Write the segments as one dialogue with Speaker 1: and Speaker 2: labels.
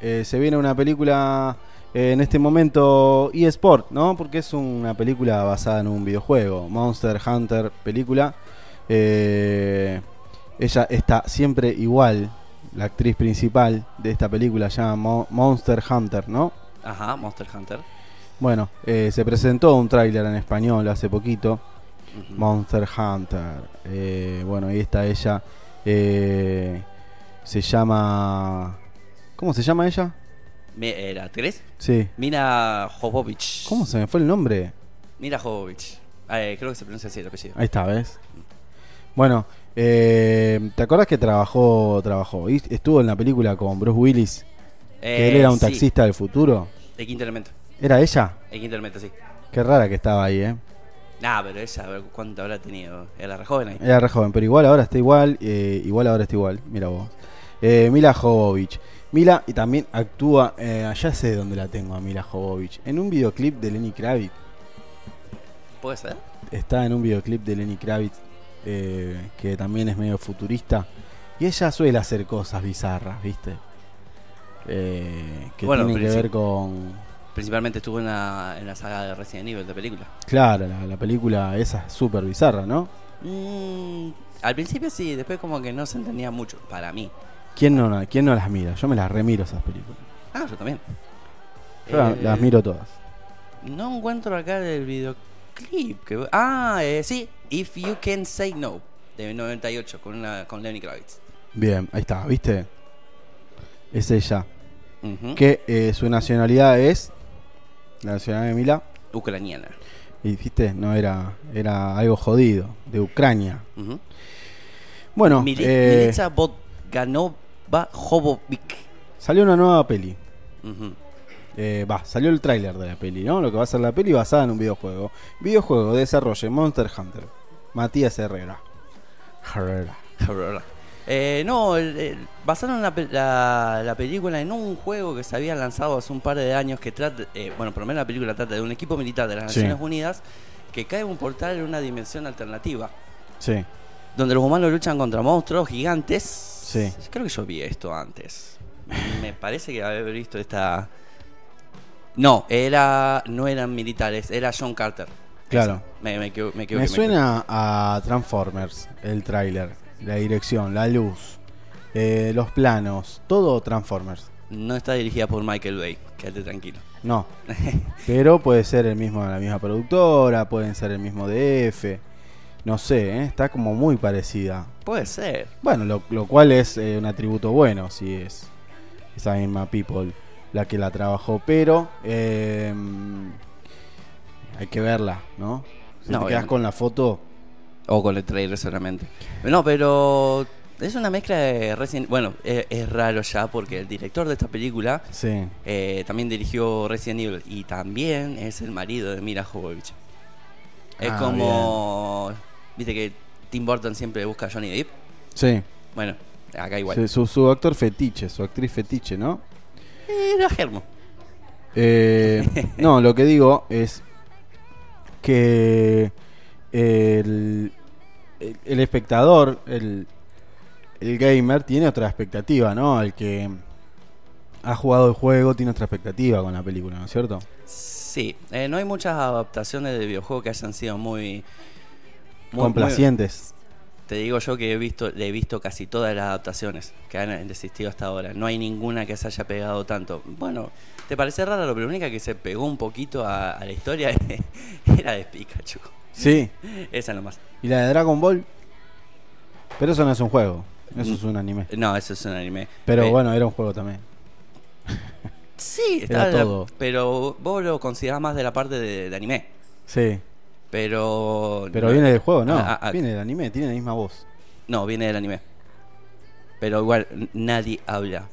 Speaker 1: eh, se viene una película eh, en este momento eSport, ¿no? Porque es una película basada en un videojuego, Monster Hunter película. Eh, ella está siempre igual, la actriz principal de esta película, se llama Mo- Monster Hunter, ¿no?
Speaker 2: Ajá, Monster Hunter.
Speaker 1: Bueno, eh, se presentó un tráiler en español hace poquito,
Speaker 2: Ujú.
Speaker 1: Monster Hunter. Eh, bueno, ahí está ella. eh, se llama... ¿Cómo se llama ella?
Speaker 2: Mi- eh, ¿La actriz?
Speaker 1: Sí.
Speaker 2: Mira Jovovich.
Speaker 1: ¿Cómo se me fue el nombre?
Speaker 2: Mira Jovovich. Eh, creo que se pronuncia así el apellido.
Speaker 1: Ahí está, ¿ves? Bueno, eh, ¿te acordás que trabajó, trabajó? y Estuvo en la película con Bruce Willis, que
Speaker 2: Eh,
Speaker 1: él era un
Speaker 2: sí,
Speaker 1: taxista del futuro.
Speaker 2: El quinto elemento.
Speaker 1: ¿Era ella?
Speaker 2: El quinto elemento, sí.
Speaker 1: Qué rara que estaba ahí, ¿eh?
Speaker 2: Nah, pero ella, a ver cuánto habrá tenido. Era re joven ahí.
Speaker 1: Era re joven, pero igual ahora está igual, eh, igual ahora está igual, mira vos. Eh, Mila Jovovich. Mila y también actúa, eh, allá sé dónde la tengo a Mila Jovovich, en un videoclip de Lenny Kravitz.
Speaker 2: ¿Puede ser?
Speaker 1: Está en un videoclip de Lenny Kravitz, eh, que también es medio futurista. Y ella suele hacer cosas bizarras, ¿viste? Eh, que
Speaker 2: Bueno,
Speaker 1: tienen que
Speaker 2: pero sí.
Speaker 1: ver con...
Speaker 2: Principalmente estuvo en la, en la saga de Resident Evil, de película.
Speaker 1: Claro, la, la película esa es súper bizarra, ¿no?
Speaker 2: Mm, al principio sí, después como que no se entendía mucho, para mí.
Speaker 1: ¿Quién no, ¿Quién no las mira? Yo me las remiro esas películas.
Speaker 2: Ah, yo también.
Speaker 1: Yo la-
Speaker 2: Eh,
Speaker 1: las miro todas.
Speaker 2: No encuentro acá el videoclip. Que... Ah, eh, sí. If You Can Say No, de 98, con, una, con Lenny Kravitz.
Speaker 1: Bien, ahí está, ¿viste? Es ella.
Speaker 2: Ujú.
Speaker 1: Que eh, su nacionalidad es. La nacionalidad de Mila.
Speaker 2: Ucraniana.
Speaker 1: Y viste, no era. Era algo jodido. De Ucrania.
Speaker 2: Ujú.
Speaker 1: Bueno,
Speaker 2: Mili-
Speaker 1: eh,
Speaker 2: Milica Botganova Jovovic.
Speaker 1: salió una nueva peli.
Speaker 2: Ujú.
Speaker 1: Eh, Va, salió el tráiler de la peli, ¿no? Lo que va a ser la peli basada en un videojuego. Videojuego, desarrolle Monster Hunter. Matías Herrera. Herrera.
Speaker 2: Eh, no, el- el- basaron la, pe- la- la película en un juego que se había lanzado hace un par de años que trata, eh, bueno, por lo menos la película trata de un equipo militar de las
Speaker 1: Sí.
Speaker 2: Naciones Unidas que cae en un portal en una dimensión alternativa,
Speaker 1: Sí.
Speaker 2: donde los humanos luchan contra monstruos gigantes.
Speaker 1: Sí.
Speaker 2: Creo que yo vi esto antes. Me parece que haber visto esta... No, era no eran militares, era John Carter.
Speaker 1: Claro.
Speaker 2: Esa. Me, me equivo- me equivoqué,
Speaker 1: Me
Speaker 2: me equivoqué.
Speaker 1: suena a Transformers, el tráiler, la dirección, la luz, eh, los planos, todo Transformers.
Speaker 2: No está dirigida por Michael Bay, quédate tranquilo.
Speaker 1: No, pero puede ser el mismo, la misma productora, pueden ser el mismo DF, no sé, eh, está como muy parecida.
Speaker 2: Puede ser.
Speaker 1: Bueno, lo, lo cual es eh, un atributo bueno, si es esa misma people la que la trabajó, pero eh, hay que verla, ¿no? Si
Speaker 2: No,
Speaker 1: te quedas
Speaker 2: obviamente.
Speaker 1: con la foto,
Speaker 2: O con el trailer solamente. No, pero es una mezcla de Resident Bueno, eh, es, raro ya porque el director de esta película
Speaker 1: sí.
Speaker 2: eh, también dirigió Resident Evil y también es el marido de Mira Jovovich. Es
Speaker 1: Ah,
Speaker 2: como... Viste que Tim Burton siempre busca a Johnny Depp.
Speaker 1: Sí.
Speaker 2: Bueno, acá igual.
Speaker 1: Sí, Su, su actor fetiche, su actriz fetiche, ¿no?
Speaker 2: Era Germo.
Speaker 1: Eh, no, lo que digo es que el, el- el espectador, el, el gamer, tiene otra expectativa, ¿no? El que ha jugado el juego tiene otra expectativa con la película, ¿no es cierto?
Speaker 2: Sí, eh, no hay muchas adaptaciones de videojuegos que hayan sido muy... muy- muy-
Speaker 1: Complacientes.
Speaker 2: Te digo yo que he visto, he visto casi todas las adaptaciones que han existido hasta ahora. No hay ninguna que se haya pegado tanto. Bueno, ¿te parece raro? Lo única que se pegó un poquito a, a la historia era de Pikachu.
Speaker 1: Sí.
Speaker 2: Esa nomás.
Speaker 1: Y la de Dragon Ball. Pero eso no es un juego, eso es un anime.
Speaker 2: No, eso es un anime.
Speaker 1: Pero
Speaker 2: Eh,
Speaker 1: bueno, era un juego también.
Speaker 2: Sí,
Speaker 1: era
Speaker 2: está la-
Speaker 1: todo.
Speaker 2: pero vos lo considerás más de la parte de, de anime.
Speaker 1: Sí.
Speaker 2: Pero.
Speaker 1: Pero
Speaker 2: no,
Speaker 1: viene del juego, ¿no?
Speaker 2: Ah, ah, ah.
Speaker 1: Viene del anime, tiene la misma voz.
Speaker 2: No, viene del anime. Pero igual, n- nadie habla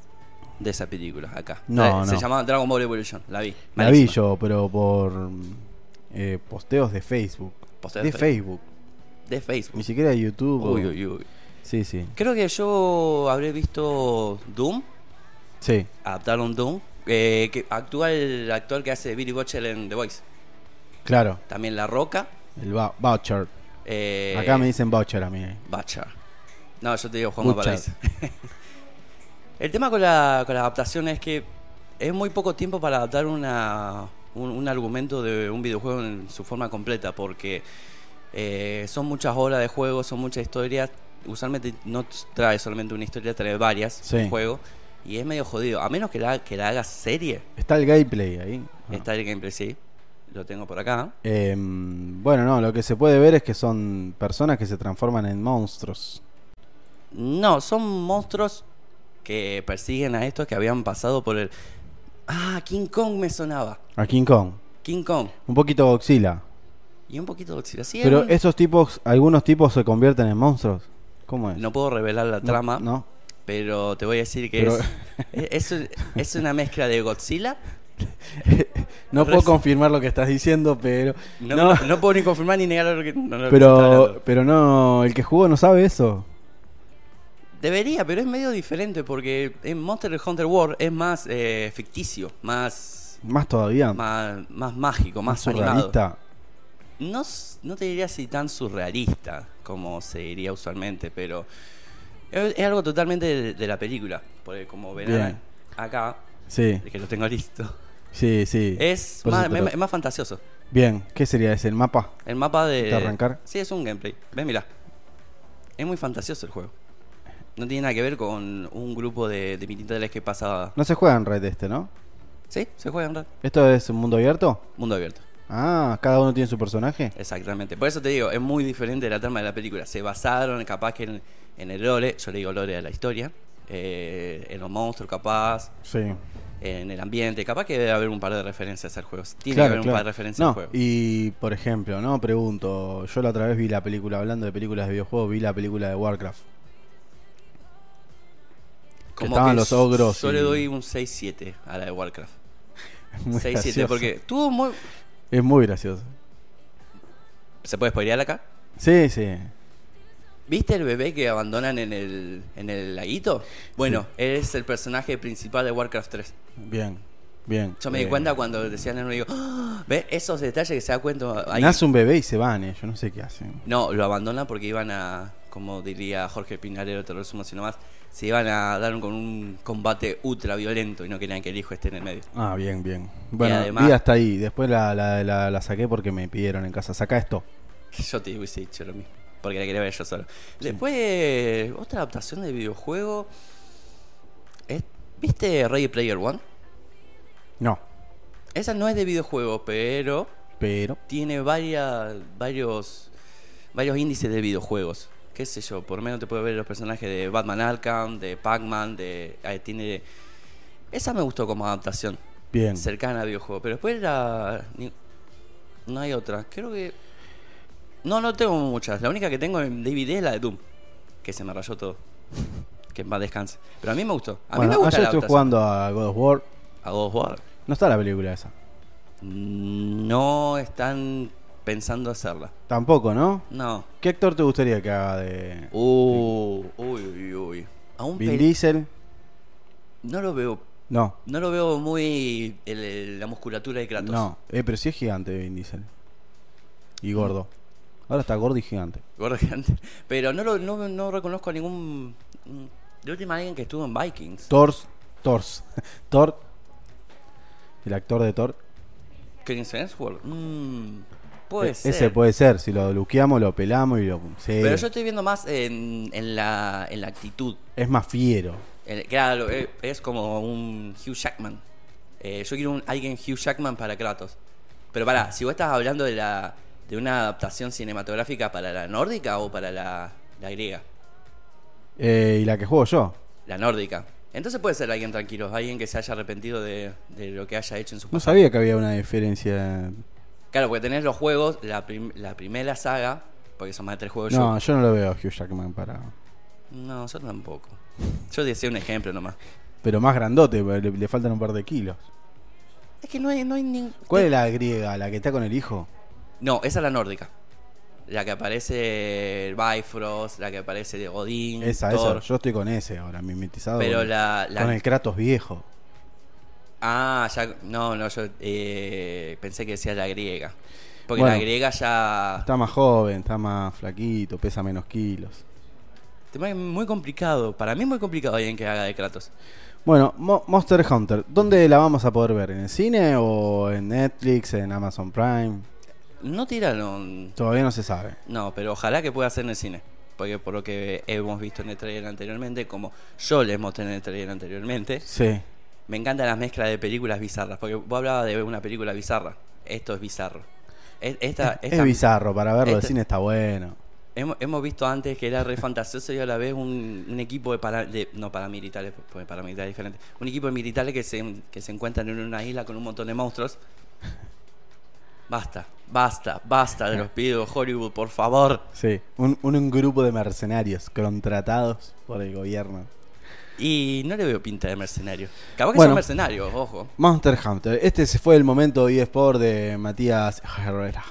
Speaker 2: de esa película acá.
Speaker 1: No,
Speaker 2: Eh, Se
Speaker 1: no.
Speaker 2: llamaba Dragon Ball Evolution. La vi.
Speaker 1: La vi
Speaker 2: Malísima.
Speaker 1: yo, pero por mm, eh, posteos de Facebook.
Speaker 2: Posteo
Speaker 1: de Facebook.
Speaker 2: De Facebook.
Speaker 1: Ni siquiera de YouTube. o-
Speaker 2: Uy, uy, uy.
Speaker 1: Sí, sí.
Speaker 2: Creo que yo habré visto Doom,
Speaker 1: Sí.
Speaker 2: adaptaron Doom, eh, que actúa el actor que hace Billy Butcher en The Voice.
Speaker 1: Claro.
Speaker 2: También La Roca.
Speaker 1: El va- voucher.
Speaker 2: eh,
Speaker 1: Acá me dicen voucher a mí. eh.
Speaker 2: Butcher. No, yo te digo Juan
Speaker 1: Butcher.
Speaker 2: Valparaíso. el tema con la, con la adaptación es que es muy poco tiempo para adaptar una, un, un argumento de un videojuego en su forma completa, porque eh, son muchas horas de juego, son muchas historias. Usualmente no trae solamente una historia, trae varias
Speaker 1: Sí.
Speaker 2: en juego. Y es medio jodido. A menos que la, que la hagas serie.
Speaker 1: Está el gameplay ahí. Ah.
Speaker 2: Está el gameplay, sí. Lo tengo por acá.
Speaker 1: Em, bueno, no, lo que se puede ver es que son personas que se transforman en monstruos.
Speaker 2: No, son monstruos que persiguen a estos que habían pasado por el. Ah, King Kong me sonaba.
Speaker 1: A King Kong.
Speaker 2: King Kong.
Speaker 1: Un poquito Godzilla.
Speaker 2: Y un poquito de Godzilla. Sí,
Speaker 1: Pero
Speaker 2: algún-
Speaker 1: esos tipos, algunos tipos se convierten en monstruos. ¿Cómo es?
Speaker 2: No puedo revelar la
Speaker 1: No,
Speaker 2: trama,
Speaker 1: No.
Speaker 2: pero te voy a decir que
Speaker 1: Pero-
Speaker 2: es, es, es una mezcla de Godzilla.
Speaker 1: No puedo
Speaker 2: Res-
Speaker 1: confirmar lo que estás diciendo, pero.
Speaker 2: No,
Speaker 1: No.
Speaker 2: no- no puedo ni confirmar ni negar lo que. no, no, lo que se está
Speaker 1: Pero,
Speaker 2: hablando.
Speaker 1: pero no, el que jugó no sabe eso.
Speaker 2: Debería, pero es medio diferente porque en Monster Hunter World es más eh, ficticio, más,
Speaker 1: Más todavía.
Speaker 2: más, más mágico, más, animado.
Speaker 1: surrealista.
Speaker 2: No, s- no te diría si tan surrealista como se diría usualmente, pero es, es algo totalmente de, de la película. Porque como verán
Speaker 1: Bien.
Speaker 2: acá,
Speaker 1: Sí,
Speaker 2: que lo tengo listo,
Speaker 1: sí, sí.
Speaker 2: es
Speaker 1: Por eso
Speaker 2: más,
Speaker 1: te
Speaker 2: es-
Speaker 1: lo-
Speaker 2: es más fantasioso.
Speaker 1: Bien, ¿qué sería ese? ¿El mapa?
Speaker 2: El mapa de.
Speaker 1: ¿Te arrancar?
Speaker 2: Sí, es un gameplay. Ven, mira. Es muy fantasioso el juego. No tiene nada que ver con un grupo de, de militares que pasaba.
Speaker 1: No se juega en red este, ¿no?
Speaker 2: Sí, se juega en red.
Speaker 1: ¿Esto es un mundo abierto?
Speaker 2: Mundo abierto.
Speaker 1: Ah, cada uno tiene su personaje.
Speaker 2: Exactamente. Por eso te digo, es muy diferente de la trama de la película. Se basaron, capaz que en, en el lore, yo le digo lore de la historia, eh, en los monstruos, capaz,
Speaker 1: Sí.
Speaker 2: en el ambiente. Capaz que debe haber un par de referencias al juego. Tiene que
Speaker 1: Claro,
Speaker 2: haber un
Speaker 1: claro.
Speaker 2: par de referencias
Speaker 1: No,
Speaker 2: al juego.
Speaker 1: Y, por ejemplo, no pregunto. Yo la otra vez vi la película, hablando de películas de videojuegos, vi la película de Warcraft. que estaban los ogros
Speaker 2: Yo
Speaker 1: y-
Speaker 2: le doy un 6-7 a la de Warcraft.
Speaker 1: Es muy
Speaker 2: 6-7,
Speaker 1: gracioso.
Speaker 2: porque tuvo muy.
Speaker 1: Es muy gracioso.
Speaker 2: ¿Se puede spoilear acá?
Speaker 1: Sí, sí.
Speaker 2: ¿Viste el bebé que abandonan en el, en el laguito? Bueno, él es el personaje principal de Warcraft 3.
Speaker 1: Bien, bien.
Speaker 2: Yo me di
Speaker 1: Eh,
Speaker 2: cuenta cuando decían el digo, "Ah", ¿ves esos detalles que se da cuenta ahí?
Speaker 1: Nace un bebé y se van ellos, no sé qué hacen.
Speaker 2: No, lo abandonan porque iban a, como diría Jorge Pinarero, te lo resumo así nomás, se iban a dar un- con un combate ultra violento y no querían que el hijo esté en el medio.
Speaker 1: Ah, bien, bien. Bueno,
Speaker 2: además-
Speaker 1: vi hasta ahí. Después la, la, la- la saqué porque me pidieron en casa. Saca esto.
Speaker 2: Que Yo te hubiese dicho lo mismo, porque la quería ver yo solo. Después, otra adaptación de videojuego. es- ¿Viste Ready Player One?
Speaker 1: No,
Speaker 2: Esa no es de videojuego, pero
Speaker 1: pero.
Speaker 2: tiene varias, varios, varios índices de videojuegos. Qué sé yo, por lo menos te puedo ver los personajes de Batman Arkham, de Pac-Man, de... ahí tiene... Esa me gustó como adaptación,
Speaker 1: Bien.
Speaker 2: cercana a videojuego. Pero después la... ni- No hay otra. Creo que... No, no tengo muchas. La única que tengo en DVD es la de Doom. Que se me rayó todo. Que más descanse. Pero a mí me gustó. A mí
Speaker 1: Bueno,
Speaker 2: me gusta
Speaker 1: ayer
Speaker 2: la
Speaker 1: estoy
Speaker 2: adaptación.
Speaker 1: jugando a God of War.
Speaker 2: A God of War.
Speaker 1: No está la película esa.
Speaker 2: No están pensando hacerla.
Speaker 1: Tampoco, ¿no?
Speaker 2: No.
Speaker 1: ¿Qué actor te gustaría que haga de
Speaker 2: Uh, uy, uy, uy. A un
Speaker 1: Vin
Speaker 2: pel-
Speaker 1: Diesel?
Speaker 2: No lo veo.
Speaker 1: No,
Speaker 2: No lo veo muy. el- el- la musculatura de Kratos.
Speaker 1: no. Eh, pero sí es gigante Vin Diesel. Y gordo. Ahora está gordo y gigante.
Speaker 2: Gordo gigante. Pero no, lo, no, no reconozco a ningún. De última alguien que estuvo en Vikings.
Speaker 1: Thors. Thors. Thor. El actor de Thor.
Speaker 2: Chris Hemsworth. Mm, puede
Speaker 1: E-
Speaker 2: ser.
Speaker 1: Ese puede ser. Si lo luqueamos, lo pelamos y lo. Sí.
Speaker 2: Pero yo estoy viendo más en, en la, en la actitud.
Speaker 1: Es más fiero.
Speaker 2: El- claro, eh, es como un Hugh Jackman. Eh, yo quiero un, alguien Hugh Jackman para Kratos. Pero pará, si vos estás hablando de la de una adaptación cinematográfica para la nórdica o para la, la griega.
Speaker 1: Eh, y la que juego yo.
Speaker 2: La nórdica. Entonces puede ser alguien tranquilo, alguien que se haya arrepentido de, de lo que haya hecho en su
Speaker 1: No
Speaker 2: pasado.
Speaker 1: sabía que había una diferencia.
Speaker 2: Claro, porque tenés los juegos, la, prim- la primera saga, porque son más de tres juegos
Speaker 1: No,
Speaker 2: Pues yo.
Speaker 1: yo no lo veo a Hugh Jackman para.
Speaker 2: No, yo tampoco. Yo decía un ejemplo nomás.
Speaker 1: Pero más grandote, le, le faltan un par de kilos.
Speaker 2: Es que no hay, no hay ningún.
Speaker 1: ¿Cuál es la griega? ¿La que está con el hijo?
Speaker 2: No, esa es la nórdica. La que aparece el Bifrost, la que aparece Odín,
Speaker 1: Esa,
Speaker 2: Thor.
Speaker 1: esa. Yo estoy con ese ahora, mimetizado.
Speaker 2: Pero
Speaker 1: con-
Speaker 2: la, la-
Speaker 1: Con el Kratos viejo.
Speaker 2: Ah, ya... No, no, yo eh, pensé que decía la griega. Porque
Speaker 1: Bueno.
Speaker 2: la griega ya...
Speaker 1: Está más joven, está más flaquito, pesa menos kilos.
Speaker 2: Tema es muy complicado. Para mí es muy complicado alguien que haga de Kratos.
Speaker 1: Bueno, Mo- Monster Hunter, ¿dónde la vamos a poder ver? ¿En el cine o en Netflix, en Amazon Prime?
Speaker 2: No tiraron.
Speaker 1: Todavía no se sabe.
Speaker 2: No, pero ojalá que pueda hacer en el cine. Porque por lo que hemos visto en el trailer anteriormente, como yo les mostré en el trailer anteriormente,
Speaker 1: Sí.
Speaker 2: me encantan las mezclas de películas bizarras. Porque vos hablabas de una película bizarra. Esto es bizarro. Es- Esta, esta,
Speaker 1: es bizarro, para verlo de
Speaker 2: esta-
Speaker 1: cine está bueno.
Speaker 2: Hemos, hemos visto antes que era re fantasioso y a la vez un, un equipo de, para, de- no paramilitares, porque paramilitares es diferente, un equipo de militares que se, que se encuentran en una isla con un montón de monstruos. Basta, basta, basta, de los pido Hollywood, por favor.
Speaker 1: Sí, un, un- un grupo de mercenarios contratados por el gobierno.
Speaker 2: Y no le veo pinta de mercenario. Capaz que
Speaker 1: Bueno.
Speaker 2: son mercenarios, ojo.
Speaker 1: Monster Hunter, este se fue el momento eSport de Matías Herrera.